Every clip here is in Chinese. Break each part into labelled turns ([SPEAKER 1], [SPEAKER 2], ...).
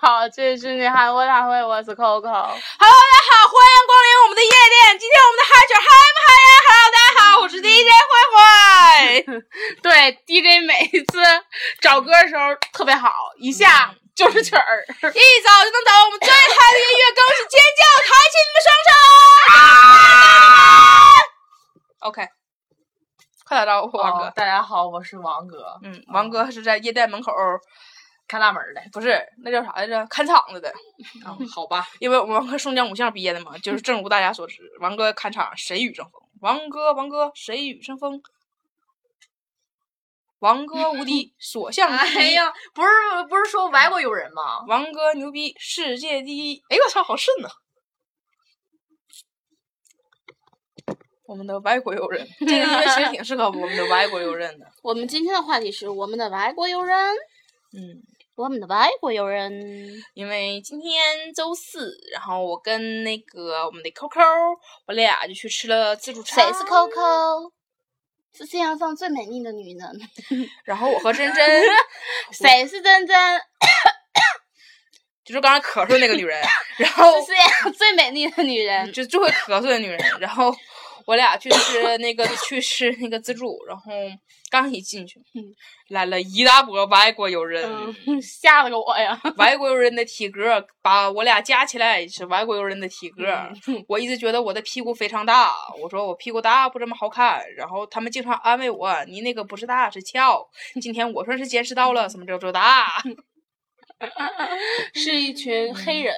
[SPEAKER 1] 好，这里是女孩问大会，我是 Coco。
[SPEAKER 2] Hello，大家好，欢迎光临我们的夜店。今天我们的嗨曲嗨不嗨呀？Hello，大家好，我是 DJ 坏坏。
[SPEAKER 1] 对，DJ 每一次找歌的时候特别好，一下就是曲儿。
[SPEAKER 2] 一早就能找到我们最嗨的音乐，更是尖叫，抬起你们双手。OK，快点到我
[SPEAKER 3] 啊
[SPEAKER 2] 王
[SPEAKER 1] 哦
[SPEAKER 2] 哥。
[SPEAKER 1] 大家好，我是王哥，
[SPEAKER 2] 嗯，王哥是在夜店门口，
[SPEAKER 1] 看大门儿的。
[SPEAKER 2] 不是那叫啥来着？看场子的，
[SPEAKER 1] 啊，好吧，
[SPEAKER 2] 因为我们王哥宋江母校毕业的嘛，就是正如大家所知，王哥看场谁与争锋？王哥，王哥，谁与争锋？王哥无 敌，所向披靡。
[SPEAKER 1] 哎呀，不是不是说外国友人吗？
[SPEAKER 2] 王哥牛逼，世界第一！哎呦我操，好顺呐、我们的外国友人，这个音乐其实挺适合我们的外国友人的。
[SPEAKER 3] 我们今天的话题是我们的外国友人，
[SPEAKER 2] 嗯，
[SPEAKER 3] 我们的外国友人。
[SPEAKER 1] 啊
[SPEAKER 2] 因为今天周四，然后我跟那个我们的 Coco，我俩就去吃了自助
[SPEAKER 3] 谁
[SPEAKER 2] 餐。
[SPEAKER 3] 是 Coco？是世界上最美丽的女人。
[SPEAKER 2] 然后我和珍珍，
[SPEAKER 3] 谁是珍珍？
[SPEAKER 1] 哦
[SPEAKER 2] 就是刚才咳嗽那个女人，然后
[SPEAKER 3] 是世界上最美丽的女人。
[SPEAKER 2] 就最会咳嗽的女人。然后我俩去吃那个去吃那个自助，然后刚一进去，来了一大波外国友人，
[SPEAKER 3] 嗯，吓了个我呀！
[SPEAKER 2] 外国友人的体格把我俩加起来也是外国友人的体格。我一直觉得我的屁股非常大，我说我屁股大不怎么好看，然后他们经常安慰我，你那个不是大是翘。今天我算是见识到了什么叫做大。
[SPEAKER 3] 是一
[SPEAKER 2] 嗯
[SPEAKER 3] 群黑人，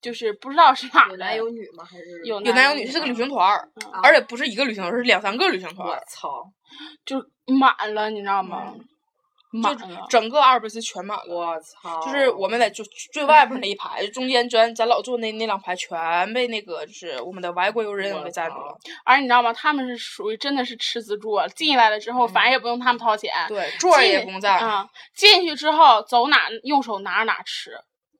[SPEAKER 3] 就是不知道是哪儿
[SPEAKER 1] 有
[SPEAKER 3] 的，
[SPEAKER 1] 男有女吗？还是
[SPEAKER 3] 有
[SPEAKER 2] 有男有
[SPEAKER 3] 女
[SPEAKER 2] 女
[SPEAKER 3] 的，
[SPEAKER 2] 是个旅行团儿，
[SPEAKER 3] 啊
[SPEAKER 2] 而且不是一个旅行团，是两三个旅行团
[SPEAKER 1] 我
[SPEAKER 2] 儿，
[SPEAKER 1] 操！
[SPEAKER 3] 就满了，你知道吗？满
[SPEAKER 2] 嗯就
[SPEAKER 3] 了。
[SPEAKER 2] 整个阿尔卑斯全满了。
[SPEAKER 1] 我操！
[SPEAKER 2] 就是我们在最最外边儿那一排，就中间咱咱老坐那那两排全被那个就是我们的外国友人
[SPEAKER 1] 我
[SPEAKER 2] 给占住
[SPEAKER 1] 操
[SPEAKER 2] 了。
[SPEAKER 3] 而你知道吗？他们是属于真的是吃自助，啊进来了之后，反正也不用他们掏钱，
[SPEAKER 2] 嗯对，座儿也
[SPEAKER 3] 进
[SPEAKER 2] 不用占。
[SPEAKER 3] 啊、进去之后走哪用手拿着哪吃，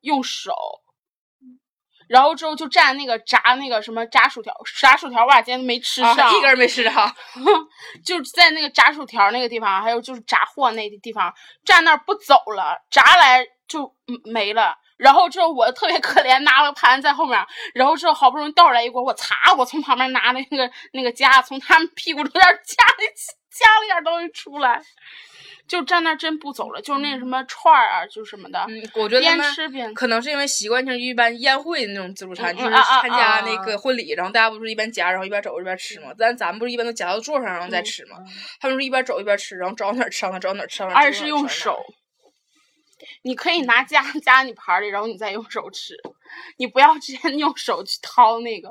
[SPEAKER 3] 用手。
[SPEAKER 2] 嗯
[SPEAKER 3] 然后之后就蘸那个炸那个什么炸薯条，炸薯条我俩今天都没吃上，
[SPEAKER 2] 啊、一根儿没吃上，
[SPEAKER 3] 就是在那个炸薯条那个地方，还有就是炸货那个地方，站那儿不走了，炸来就嗯没了。然后之后我特别可怜，拿了个盘在后面儿，然后之后好不容易倒出来一锅，我擦，我从旁边拿那个那个夹，从他们屁股里边儿夹了夹了点儿东西出来，就站那儿真不走了，就是那什么串儿啊，就什么的，
[SPEAKER 2] 嗯，我觉得他
[SPEAKER 3] 边
[SPEAKER 2] 们
[SPEAKER 3] 吃边
[SPEAKER 2] 可能是因为习惯性一般宴会那种自助餐，
[SPEAKER 3] 嗯嗯
[SPEAKER 2] 就是
[SPEAKER 3] 啊啊
[SPEAKER 2] 参加
[SPEAKER 3] 啊
[SPEAKER 2] 那个婚礼，然后大家不是一边夹，然后一边走一边吃嘛。但咱们不是一般都夹到座上然后
[SPEAKER 3] 嗯
[SPEAKER 2] 再吃嘛？他们是一边走一边吃，然后找哪儿吃上哪儿，找哪儿吃上哪儿，
[SPEAKER 3] 而
[SPEAKER 2] 找
[SPEAKER 3] 是
[SPEAKER 2] 哪儿
[SPEAKER 3] 用
[SPEAKER 2] 吃上
[SPEAKER 3] 手
[SPEAKER 2] 哪儿。
[SPEAKER 3] 你可以拿夹夹你盘儿里，然后你再用手吃，你不要直接用手去掏那个。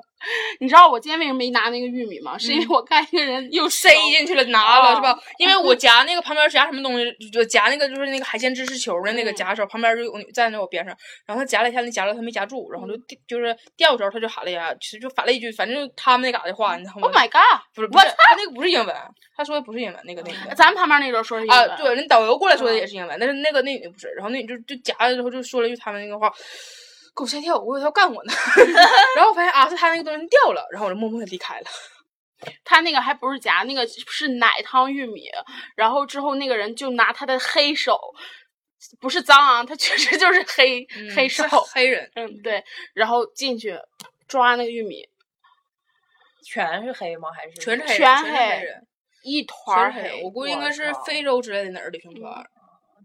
[SPEAKER 3] 你知道我今天为什么没拿那个玉米吗？是
[SPEAKER 2] 嗯
[SPEAKER 3] 因为我看一个人用手
[SPEAKER 2] 塞进去了，拿了、
[SPEAKER 3] 啊
[SPEAKER 2] 是吧？因为我夹那个旁边夹什么东西，就夹那个就是那个海鲜芝士球的那个
[SPEAKER 3] 嗯
[SPEAKER 2] 夹手，旁边就有女站在我边上，然后他夹了一下，那夹了他没夹住，然后就
[SPEAKER 3] 嗯
[SPEAKER 2] 掉就是掉的时候他就喊了一下，其实就反了一句，反正就他们那嘎达话，你知道吗
[SPEAKER 3] ，Oh my god！
[SPEAKER 2] 不是，不
[SPEAKER 3] 我
[SPEAKER 2] 是，他那个不是英文，他说的不是英文，那个那个。
[SPEAKER 3] 咱们旁边那桌说是一
[SPEAKER 2] 啊，
[SPEAKER 3] 个，
[SPEAKER 2] 对，那导游过来说的也是英文，但是那个那女的不是，然后那女就就夹了之后就说了一句他们那个话，给我吓一跳，我以为他要干我呢， 然后我发现啊是他那个东西掉了，然后我就默默的离开了。
[SPEAKER 3] 他那个还不是夹，那个是奶汤玉米，然后之后那个人就拿他的黑手，不是脏啊，他确实就是黑、嗯黑手
[SPEAKER 2] 嗯是，黑人
[SPEAKER 3] 嗯对，然后进去抓那个玉米，
[SPEAKER 1] 全是黑吗？还是
[SPEAKER 2] 全是黑人，
[SPEAKER 3] 全
[SPEAKER 2] 是
[SPEAKER 3] 黑
[SPEAKER 2] 黑人。
[SPEAKER 3] 一团儿
[SPEAKER 2] 全是黑
[SPEAKER 3] 黑，
[SPEAKER 2] 我估计应该是
[SPEAKER 1] 我操
[SPEAKER 2] 非洲之类的哪儿旅行团儿。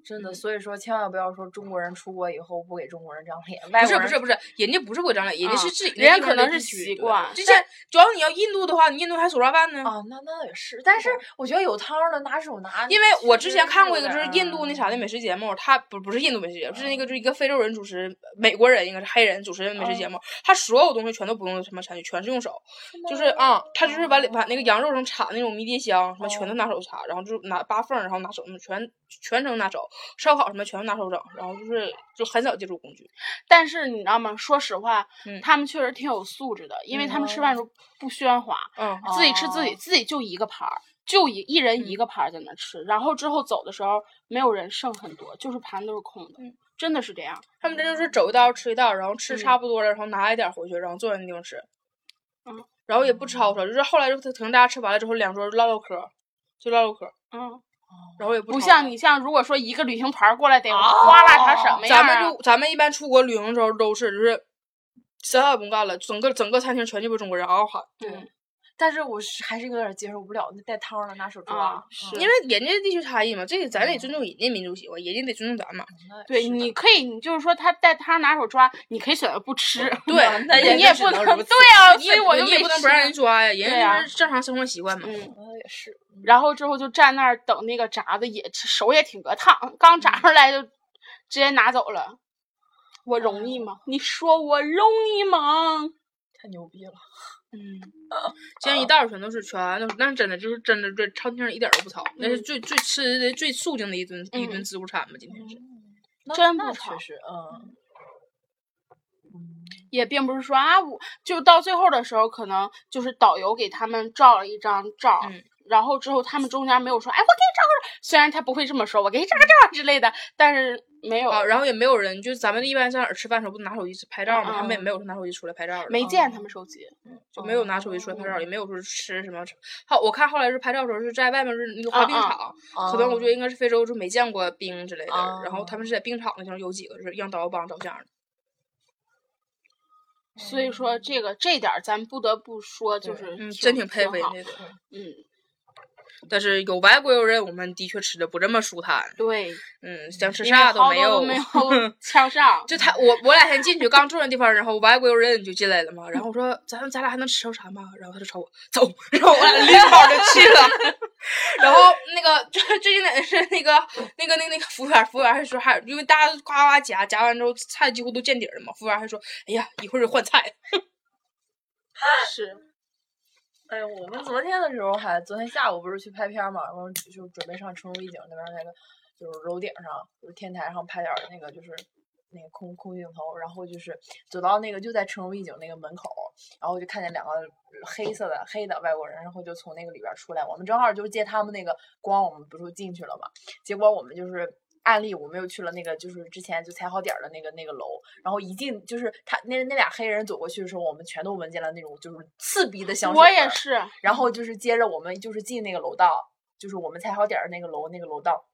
[SPEAKER 1] 真
[SPEAKER 2] 嗯
[SPEAKER 1] 的，所以说千万不要说中国人出国以后不给中国人长脸，
[SPEAKER 2] 不
[SPEAKER 1] 外
[SPEAKER 2] 是
[SPEAKER 1] 国
[SPEAKER 2] 不
[SPEAKER 1] 人
[SPEAKER 2] 是不是，人家不是国张脸，人家
[SPEAKER 3] 啊
[SPEAKER 2] 是自己那
[SPEAKER 3] 人家
[SPEAKER 2] 地方
[SPEAKER 3] 可
[SPEAKER 2] 的
[SPEAKER 3] 能
[SPEAKER 2] 地
[SPEAKER 3] 是
[SPEAKER 2] 区
[SPEAKER 3] 习
[SPEAKER 2] 对
[SPEAKER 3] 惯
[SPEAKER 2] 之前主要你要印度的话，你印度还手抓饭呢。
[SPEAKER 1] 啊，那那也是，但是我觉得有汤儿的拿手拿，
[SPEAKER 2] 因为我之前看过一个，
[SPEAKER 1] 有
[SPEAKER 2] 就
[SPEAKER 1] 点嗯
[SPEAKER 2] 是印度那啥的美食节目，他不不是印度美食节目，是那个就是一个非洲人主持，美国人应该是黑人主持的美食
[SPEAKER 1] 嗯
[SPEAKER 2] 节目，他所有东西全都不用什么餐具，全是用手，就是啊，他就是
[SPEAKER 1] 哦嗯
[SPEAKER 2] 把里把那个羊肉上插那种迷迭香，什么全都拿手插，然后就拿扒缝儿，然后拿手，全全程拿手，烧烤什么全都拿手整，然后就是就很少借助工具。
[SPEAKER 3] 但是你知道吗？说实话，
[SPEAKER 2] 嗯哦
[SPEAKER 3] 他们确实挺有素质的，因为他们吃饭时候不喧哗，
[SPEAKER 2] 嗯，
[SPEAKER 1] 哦
[SPEAKER 3] 自己吃自己，自己就一个盘儿，就一一人一个盘儿在那吃，然后之后走的时候没有人剩很多，就是盘都是空的，
[SPEAKER 2] 嗯
[SPEAKER 3] 真的是这样。
[SPEAKER 2] 他们这就是走一道吃一道，然后吃差不多了，然后拿一点回去，然后坐在那地方吃。
[SPEAKER 3] 嗯。
[SPEAKER 2] 然后也不吵吵，就是后来就可能大家吃完了之后，两桌就唠唠嗑儿，就唠唠嗑儿。
[SPEAKER 3] 嗯，
[SPEAKER 2] 然后也不
[SPEAKER 3] 不
[SPEAKER 2] 吵
[SPEAKER 3] 像
[SPEAKER 2] 了
[SPEAKER 3] 你像如果说一个旅行团儿过来得
[SPEAKER 1] 哦
[SPEAKER 3] 花啦他什么样
[SPEAKER 2] 咱
[SPEAKER 3] 啊、
[SPEAKER 2] 们就咱们一般出国旅行的时候都是就是啥也不干了，整个整个餐厅全鸡巴中国人嗷嗷喊，
[SPEAKER 3] 嗯
[SPEAKER 1] 但是我是还是有点接受不了那带汤儿的拿嗯手抓
[SPEAKER 3] 啊，是
[SPEAKER 2] 因为人家地区差异嘛，这个咱
[SPEAKER 3] 嗯
[SPEAKER 2] 得尊重人家民族习惯，人家得尊重咱嘛。
[SPEAKER 3] 对，你可以，你就是说他带汤拿手抓，你可以选择不吃，
[SPEAKER 2] 对
[SPEAKER 1] 那
[SPEAKER 3] 你
[SPEAKER 1] 也
[SPEAKER 3] 也
[SPEAKER 1] 只
[SPEAKER 3] 不
[SPEAKER 1] 能
[SPEAKER 3] 能
[SPEAKER 1] 如此
[SPEAKER 3] 对啊，
[SPEAKER 2] 你
[SPEAKER 3] 所
[SPEAKER 2] 也
[SPEAKER 3] 以我就
[SPEAKER 2] 你也
[SPEAKER 3] 没
[SPEAKER 2] 不能
[SPEAKER 3] 吃
[SPEAKER 2] 不让人抓呀，人
[SPEAKER 3] 对
[SPEAKER 2] 家
[SPEAKER 3] 啊
[SPEAKER 2] 就是正常生活习惯 嘛。
[SPEAKER 3] 嗯，
[SPEAKER 1] 嗯，也是，
[SPEAKER 3] 然后之后就站那儿等那个炸的也手也挺个烫，
[SPEAKER 2] 嗯
[SPEAKER 3] 刚炸出来就直接拿走了。我容易吗？你说我容易吗？
[SPEAKER 1] 太牛逼了。
[SPEAKER 3] 嗯，
[SPEAKER 2] 现在一袋儿全都是，全都是，那真的就是真的，这餐厅一点儿都不吵，那是
[SPEAKER 3] 嗯
[SPEAKER 2] 最最吃的最肃静的一顿一顿自助餐嘛，今天是。
[SPEAKER 1] 那
[SPEAKER 3] 真
[SPEAKER 1] 那
[SPEAKER 3] 不
[SPEAKER 1] 确
[SPEAKER 3] 吵
[SPEAKER 1] 实，嗯，
[SPEAKER 2] 嗯
[SPEAKER 3] 也并不是说啊，我就到最后的时候，可能就是导游给他们照了一张照，
[SPEAKER 2] 嗯
[SPEAKER 3] 然后之后他们中间没有说，哎，我给你照个照，虽然他不会这么说，我给你照个照之类的，但是没有，
[SPEAKER 2] 啊，然后也没有人，就是咱们一般上哪儿吃饭的时候不拿手机拍照嘛，
[SPEAKER 3] 嗯
[SPEAKER 2] 他们也没有说拿手机出来拍照的，
[SPEAKER 3] 没哦见
[SPEAKER 2] 哦
[SPEAKER 3] 他们手机，
[SPEAKER 2] 就没有拿手机出来拍照，也没有说吃什么。好，我看后来是拍照的时候是在外面是那个滑冰
[SPEAKER 3] 嗯嗯哦
[SPEAKER 2] 场，可能我觉
[SPEAKER 1] 得
[SPEAKER 2] 得应该是非洲就没见过冰之类的，然后
[SPEAKER 1] 嗯
[SPEAKER 2] 他们是在冰场那上有几个是让导游帮照相的。
[SPEAKER 3] 所以说这个这点儿咱不得不说，就是
[SPEAKER 2] 哦嗯，真挺佩服人
[SPEAKER 3] 好
[SPEAKER 2] 家的。
[SPEAKER 3] 嗯，
[SPEAKER 2] 但是有外国友人，我们的确吃的不这么舒坦。
[SPEAKER 3] 对，
[SPEAKER 2] 嗯，想吃
[SPEAKER 3] 因为
[SPEAKER 2] 啥
[SPEAKER 3] 好
[SPEAKER 2] 没
[SPEAKER 3] 多
[SPEAKER 2] 有。
[SPEAKER 3] 没 有敲上，
[SPEAKER 2] 就他，我我俩先进去，刚坐那地方，然后外国友人就进来了嘛。然后我说：“咱咱俩还能吃着啥吗？”然后他就瞅我走， 然后我俩拎包就去了。然后那个就最经典的是那个那个那个那个服务员，服务员还说还因为大家呱呱夹夹完之后菜几乎都见底儿了嘛，服务员还说：“哎呀，一会儿换菜。
[SPEAKER 3] 是，
[SPEAKER 1] 哎呦，我们昨天的时候还，昨天下午不是去拍片儿嘛，然后就就准备上成都一景那边儿那个，就是楼顶上，就是天台上拍点儿那个，就是那个空空镜头，然后就是走到那个就在成都一景那个门口，然后就看见两个黑色的黑的外国人，然后就从那个里边儿出来，我们正好就是借他们那个光，我们不是进去了嘛，结果我们就是。案例我们又去了那个，就是之前就踩好点儿的那个那个楼，然后一进就是他那那俩黑人走过去的时候，我们全都闻见了那种就是刺鼻的香水。
[SPEAKER 3] 我也是，啊
[SPEAKER 1] 然后就是接着我们就是进那个楼道，就是我们踩好点儿那个楼那个楼道，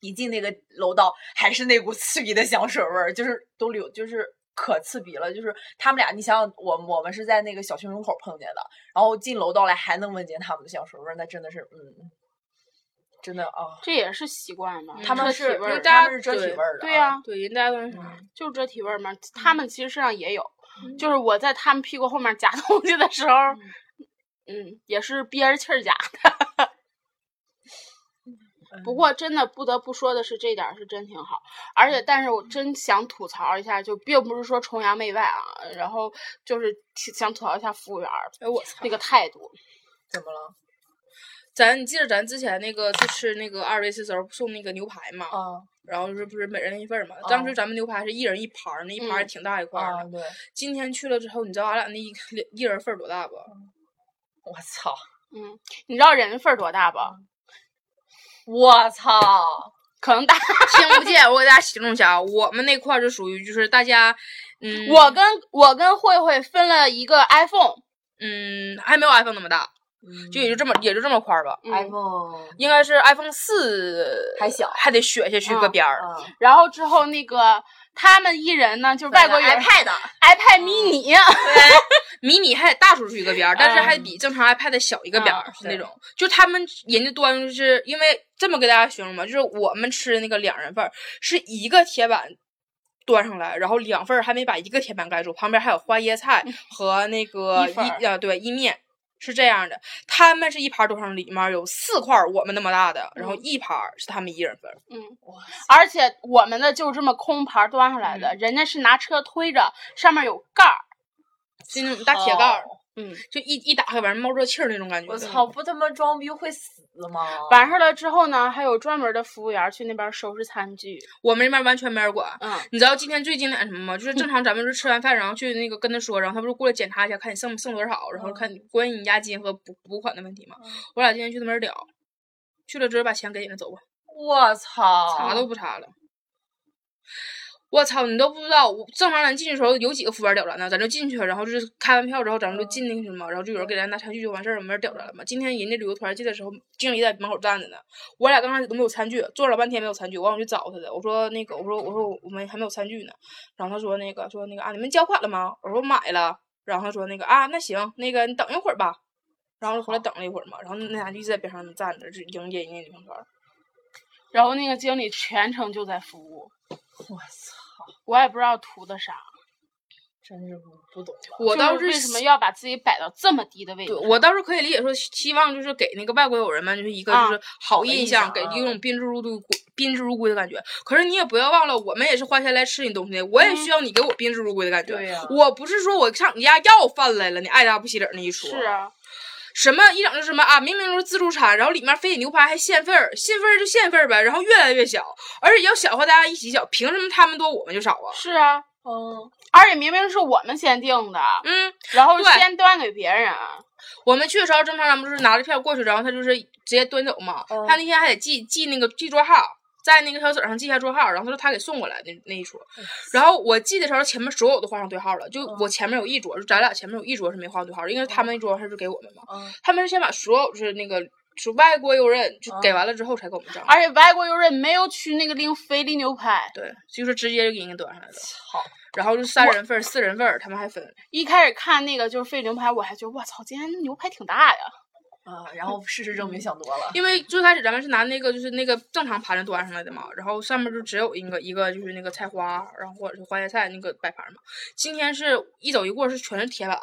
[SPEAKER 1] 一进那个楼道还是那股 刺鼻的香水味儿，就是都流就是。可刺鼻了，就是他们俩，你想想，我我们是在那个小区门口碰见的，然后进楼道来还能闻见他们的香水味儿，那真的是，嗯，真的啊，
[SPEAKER 3] 这也是习惯
[SPEAKER 2] 嗯
[SPEAKER 3] 嘛，
[SPEAKER 1] 他们
[SPEAKER 3] 遮体
[SPEAKER 1] 是
[SPEAKER 3] 味
[SPEAKER 2] 因为
[SPEAKER 3] 儿
[SPEAKER 2] 大家
[SPEAKER 1] 他们是遮体味儿的，啊嗯
[SPEAKER 3] 对呀、，”
[SPEAKER 2] 对，人家都那啥。
[SPEAKER 3] 就是遮体味儿嘛。他们其实身上也有，
[SPEAKER 2] 嗯
[SPEAKER 3] 就是我在他们屁股后面夹 东西的时候，嗯，也是憋着气儿夹
[SPEAKER 2] 嗯
[SPEAKER 3] 的。不过真的不得不说的是，这点儿是真挺好。而
[SPEAKER 2] 嗯
[SPEAKER 3] 且，但是我真想吐槽一下，就并不是说崇洋媚外啊，然后就是挺想吐槽一下服务员儿
[SPEAKER 2] 哎，我操
[SPEAKER 3] 那！个态度。
[SPEAKER 1] 怎么了？
[SPEAKER 2] 咱你记得咱之前那个去吃那个二维斯时候不送那个牛排嘛？
[SPEAKER 3] 哦
[SPEAKER 1] 啊
[SPEAKER 2] 然后是不是每人一份儿嘛？当时咱们牛排是一人一盘儿，那一盘儿
[SPEAKER 3] 嗯
[SPEAKER 2] 挺大一块儿
[SPEAKER 1] 啊，
[SPEAKER 2] 的。
[SPEAKER 1] 对，
[SPEAKER 2] 今天去了之后，你知道俺俩那一一人份儿多大不？
[SPEAKER 1] 我操，
[SPEAKER 3] 嗯，你知道人的份儿多大吧？
[SPEAKER 1] 我操，
[SPEAKER 3] 可能大。
[SPEAKER 2] 听不见，我给大家形容一下啊，我们那块儿是属于就是大家，嗯，
[SPEAKER 3] 我跟我跟慧慧分了一个 iPhone，
[SPEAKER 2] 嗯还没有 iPhone 那么大，就也就这么也就这么块儿吧。
[SPEAKER 3] 嗯
[SPEAKER 1] iPhone
[SPEAKER 2] 应该是 iPhone 四
[SPEAKER 1] 还小
[SPEAKER 2] 还得削下去个
[SPEAKER 3] 嗯
[SPEAKER 2] 边儿。
[SPEAKER 1] 啊，
[SPEAKER 3] 然后之后那个他们一人呢，就是外国人
[SPEAKER 1] iPad，
[SPEAKER 3] iPad mini，、
[SPEAKER 2] 嗯迷你还得大出去一个边儿，但是还比正常 iPad 小一个边儿、是那
[SPEAKER 1] 嗯啊对
[SPEAKER 2] 种。就他们人家端就是因为这么给大家形容嘛，就是我们吃的那个两人份儿是一个铁板端上来，然后两份儿还没把一个铁板盖住，旁边还有花椰菜
[SPEAKER 1] 嗯
[SPEAKER 2] 和那个
[SPEAKER 3] 意粉
[SPEAKER 2] 意啊对意面。是这样的，他们是一盘儿多上，里面有四块儿我们那么大的，
[SPEAKER 1] 嗯
[SPEAKER 2] 然后一盘儿是他们一人份儿。
[SPEAKER 3] 而且我们的就这么空盘端上来的，
[SPEAKER 2] 嗯
[SPEAKER 3] 人家是拿车推着，上面有盖儿，
[SPEAKER 2] 就那种大铁盖儿，
[SPEAKER 3] 嗯，
[SPEAKER 2] 就一一打开完冒热气儿那种感觉。
[SPEAKER 1] 我操，不他妈装逼会死吗？
[SPEAKER 3] 完事儿了之后呢，还有专门的服务员去那边收拾餐具，
[SPEAKER 2] 我们那边完全没人管，
[SPEAKER 3] 嗯，
[SPEAKER 2] 你知道今天最经典什么吗？就是正常咱们是吃完饭，然后去那个跟他说，然后他不是过来检查一下，看你剩剩多少，然后看你关于你押金和补补款的问题吗？我俩今天去那边聊，去了之后把钱给人家走吧，
[SPEAKER 3] 哦
[SPEAKER 1] 我操，
[SPEAKER 2] 查都不查了。我操，你都不知道，我正常咱进去的时候有几个服务员屌咱呢，咱就进去，然后就是开完票之后，咱们就进那个什么，然后就有人给咱拿餐具就完事儿了，没人屌咱了嘛。今天人家旅游团进的时候，经理在门口站着呢，我俩刚开始都没有餐具，坐了半天没有餐具，完我去找他的，我说那个，我说我说我们还没有餐具呢，然后他说那个说那个啊，你们交款了吗？我说买了，然后他说那个啊，那行，那个你等一会儿吧，然后回来等了一会儿嘛，然后那俩就一直在边上站着，就迎接人家旅行团。
[SPEAKER 3] 然后那个经理全程就在服务，
[SPEAKER 1] 我操，
[SPEAKER 3] 我也不知道图的啥。
[SPEAKER 1] 真是不不懂。
[SPEAKER 2] 我
[SPEAKER 3] 就
[SPEAKER 2] 倒
[SPEAKER 3] 是
[SPEAKER 2] 是
[SPEAKER 3] 为什么要把自己摆到这么低的位置
[SPEAKER 2] 对，？我倒是可以理解说，希希望就是给那个外国友人们就是一个
[SPEAKER 3] 啊
[SPEAKER 2] 就是好
[SPEAKER 1] 的
[SPEAKER 2] 印
[SPEAKER 1] 印
[SPEAKER 2] 象，
[SPEAKER 1] 象
[SPEAKER 2] 给
[SPEAKER 1] 啊
[SPEAKER 2] 一
[SPEAKER 3] 嗯
[SPEAKER 2] 种宾至如归、宾至如归的感觉。可是你也不要忘了，我们也是花钱来吃你东西，我也
[SPEAKER 3] 嗯
[SPEAKER 2] 需要你给我宾至如归的感觉。
[SPEAKER 1] 对呀
[SPEAKER 2] 我不是说我上你家要饭来了，你爱答不理儿那一说。
[SPEAKER 3] 是啊，
[SPEAKER 2] 什么一整就是什么啊，明明都是自助餐，然后里面非得牛排还限份儿，限份儿就限份儿呗，然后越来越小，而且要小和大家一起小，凭什么他们多我们就少啊？
[SPEAKER 3] 是啊，
[SPEAKER 1] 嗯，
[SPEAKER 3] 而且明明是我们先定的，
[SPEAKER 2] 嗯，
[SPEAKER 3] 然后
[SPEAKER 2] 对
[SPEAKER 3] 先端给别人。啊
[SPEAKER 2] 我们去的时候，正常咱们就是拿着票过去，然后他就是直接端走嘛。
[SPEAKER 1] 嗯
[SPEAKER 2] 他那天还得记记那个记桌号，在那个小纸上记一下桌号，然后他说他给送过来那那一桌。然后我记的时候，前面所有都画上对号了，就
[SPEAKER 1] 嗯
[SPEAKER 2] 我前面有一桌，就咱俩前面有一桌是没画上对号的，因为他们那桌他就给我们嘛。
[SPEAKER 1] 嗯
[SPEAKER 2] 他们是先把所有就是那个是外国友人就给完了之后才给我们账。
[SPEAKER 3] 而且外国友人没有去那个拎菲力牛排，
[SPEAKER 2] 对，就是直接就给人家端上来了，
[SPEAKER 1] 操，
[SPEAKER 2] 然后就三人份儿、四人份儿，他们还分。
[SPEAKER 3] 一开始看那个就是菲力牛排，我还觉得我操，今天牛排挺大呀。
[SPEAKER 1] 啊，然后事实证明想 多了。
[SPEAKER 2] 因为最开始咱们是拿那个就是那个正常盘子端上来的嘛，然后上面就只有一个一个就是那个菜花，然后或者是花椰菜那个摆盘嘛。今天是一走一过是全是铁板，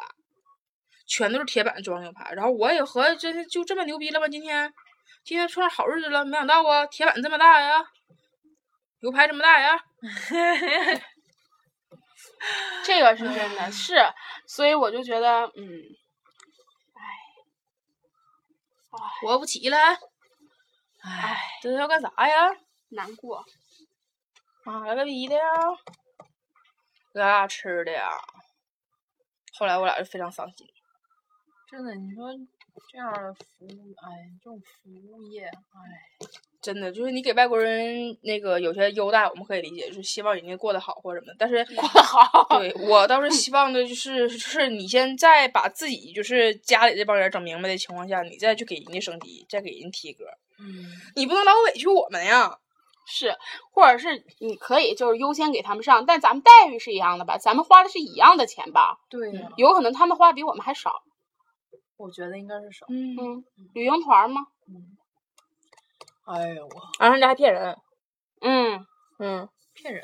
[SPEAKER 2] 全都是铁板装牛排。然后我也合计真是就这么牛逼了吗？今天今天算是好日子了，没想到啊，铁板这么大呀，牛排这么大呀。
[SPEAKER 3] 这个是真的，是，所以我就觉得，嗯，
[SPEAKER 2] 活不起了，
[SPEAKER 1] 唉，
[SPEAKER 2] 这是要干啥呀？
[SPEAKER 3] 难过。
[SPEAKER 2] 妈了个逼的呀！给俺俩吃的呀。后来我俩就非常伤心。
[SPEAKER 1] 真的，你说这样的服务，哎，这种服务业，哎，
[SPEAKER 2] 真的就是你给外国人那个有些优待，我们可以理解，就是希望人家过得好或者什么的。但是
[SPEAKER 3] 过得好，
[SPEAKER 2] 对我倒是希望的就是，就是你先在把自己就是家里这帮人整明白的情况下，你再去给人家升级，再给人提格，
[SPEAKER 1] 嗯，
[SPEAKER 2] 你不能老委屈我们呀。
[SPEAKER 3] 是，或者是你可以就是优先给他们上，但咱们待遇是一样的吧？咱们花的是一样的钱吧？
[SPEAKER 1] 对呀、
[SPEAKER 3] 有可能他们花比我们还少。
[SPEAKER 1] 我觉得应该是少。
[SPEAKER 2] 嗯
[SPEAKER 3] 嗯，旅行团吗？
[SPEAKER 1] 嗯，哎呦我
[SPEAKER 2] 然后人家还骗人，
[SPEAKER 3] 嗯，
[SPEAKER 2] 嗯
[SPEAKER 1] 骗人，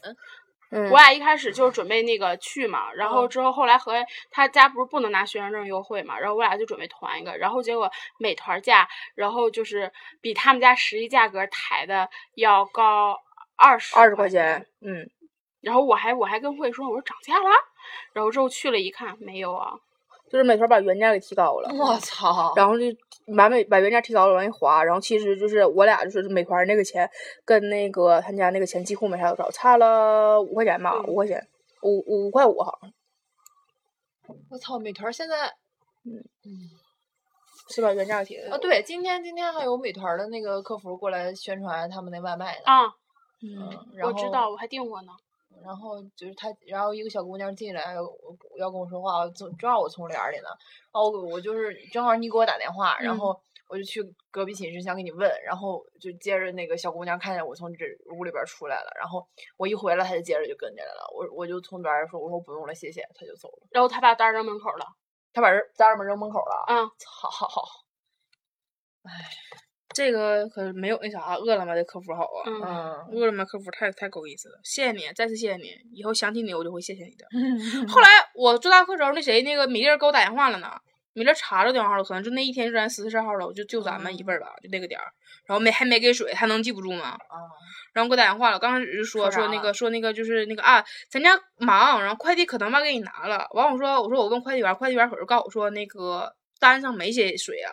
[SPEAKER 2] 嗯
[SPEAKER 3] 我俩一开始就是准备那个去嘛，然后
[SPEAKER 1] 嗯
[SPEAKER 3] 之后后来合计他家不是不能拿学生证优惠嘛，然后我俩就准备团一个，然后结果美团价，然后就是比他们家实际价格抬的要高二十
[SPEAKER 2] 二十块钱，嗯，
[SPEAKER 3] 然后我还我还跟慧说，我说涨价了，然后之后去了一看，没有啊，
[SPEAKER 2] 就是美团把原价给提高了。
[SPEAKER 1] 我操！
[SPEAKER 2] 然后就把美把原价提高了，往一划，然后其实就是我俩就是美团那个钱跟那个他家那个钱几乎没差多少，差了五块钱吧，
[SPEAKER 3] 嗯
[SPEAKER 2] 五块钱，五五块五好像
[SPEAKER 1] 我操！美团现在
[SPEAKER 2] 是吧？原价提的
[SPEAKER 1] 啊，，对，今天今天还有美团的那个客服过来宣传他们那外卖呢。
[SPEAKER 3] 啊，
[SPEAKER 2] 嗯，
[SPEAKER 1] 然
[SPEAKER 3] 我
[SPEAKER 1] 后
[SPEAKER 3] 知道，我还订过呢，
[SPEAKER 1] 然后就是他，然后一个小姑娘进来，我要跟我说话，我正正好我从帘儿里呢，然后我我就是正好你给我打电话，然
[SPEAKER 2] 嗯
[SPEAKER 1] 后我就去隔壁寝室想给你问，然后就接着那个小姑娘看见我从这屋里边儿出来了，然后我一回来，她就接着就跟进来了，我我就从边儿说，我说不用了，谢谢，她就走了，
[SPEAKER 3] 然后他把单儿扔门口了，
[SPEAKER 1] 她把人家人们扔门口了，
[SPEAKER 3] 啊，
[SPEAKER 1] 操，
[SPEAKER 2] 这个可没有那啥饿了么的客服好啊。
[SPEAKER 3] 嗯，
[SPEAKER 1] 嗯，
[SPEAKER 2] 饿了么客服太太够意思了，谢谢你，再次谢谢你，以后想起你我就会谢谢你的。后来我做大课时候，那谁那个米粒儿给我打电话了呢，米粒儿查着电话号了，可能就那一天就咱十四号了，我就就咱们一份儿吧，就那个点儿，然后没还没给水，他能记不住吗？
[SPEAKER 1] 啊，
[SPEAKER 2] 然后给我打电话了，刚开始就说
[SPEAKER 1] 说啥
[SPEAKER 2] 说那
[SPEAKER 1] 了
[SPEAKER 2] 个说那个就是那个啊，咱家忙，然后快递可能忘给你拿了。完我说我说我问快递员，快递员可是告诉我说那个单上没写水啊。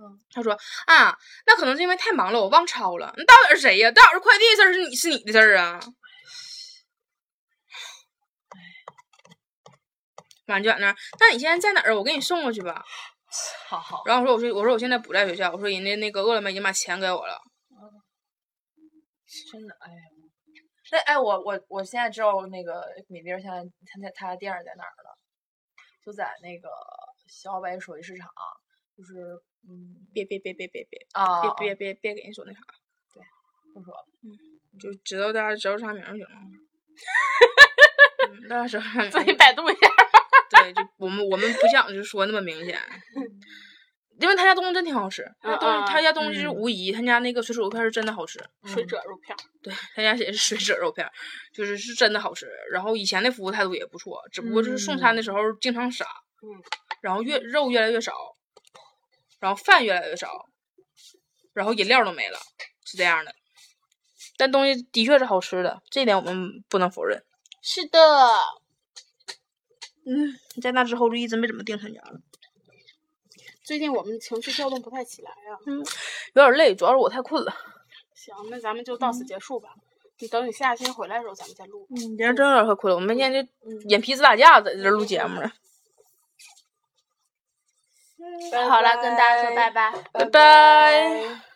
[SPEAKER 1] 嗯，
[SPEAKER 2] 他说啊，那可能是因为太忙了，我忘抄了。那到底是谁呀、到底是快递的事儿是你是你的事儿啊？完就在那儿，那你现在在哪儿？啊我给你送过去吧。
[SPEAKER 1] 好好，
[SPEAKER 2] 然后我说我说我说我现在不在学校，我说人家那个饿了么已经把钱给我了。
[SPEAKER 1] 真的，哎呀，那哎，我我我现在知道那个米粒儿现在他他他的店儿在哪儿了，就在那个小北手艺市场，就是嗯
[SPEAKER 2] 别别别别别别
[SPEAKER 1] 啊，
[SPEAKER 2] 别别别别给人说那啥，
[SPEAKER 1] 不说了，
[SPEAKER 2] 就知道大家知道啥名儿就行了。嗯大家知道啥 名
[SPEAKER 3] 自
[SPEAKER 2] 儿
[SPEAKER 3] 己百度一下。
[SPEAKER 2] 对，就我们我们不想就说那么明显，因为他家东西真挺好吃，他东
[SPEAKER 3] 嗯嗯
[SPEAKER 2] 西他家东西是
[SPEAKER 1] 嗯
[SPEAKER 2] 无疑，他家那个水煮肉片儿是真的好吃，
[SPEAKER 3] 水
[SPEAKER 1] 嗯
[SPEAKER 3] 煮肉片儿，
[SPEAKER 2] 对他家也是水煮肉片儿，就是是真的好吃。然后以前的服务态度也不错，只不过就是送餐的时候经常傻，
[SPEAKER 3] 嗯，
[SPEAKER 2] 然后越肉越来越少，然后饭越来越少，然后饮料都没了，是这样的。但东西的确是好吃的，这一点我们不能否认。
[SPEAKER 3] 是的，
[SPEAKER 2] 在那之后就一直没怎么订他家了。
[SPEAKER 3] 最近我们情绪调动不太起来啊。
[SPEAKER 2] 有点累，主要是我太困了。
[SPEAKER 3] 行，那咱们就到此结束吧。你等你下星期回来的时候，咱们再录。
[SPEAKER 2] 嗯，今儿真有点太困了，我们今天就眼皮子打架，在这儿录节目了，
[SPEAKER 3] 嗯好了，跟大家说拜拜。
[SPEAKER 2] 拜拜
[SPEAKER 1] 拜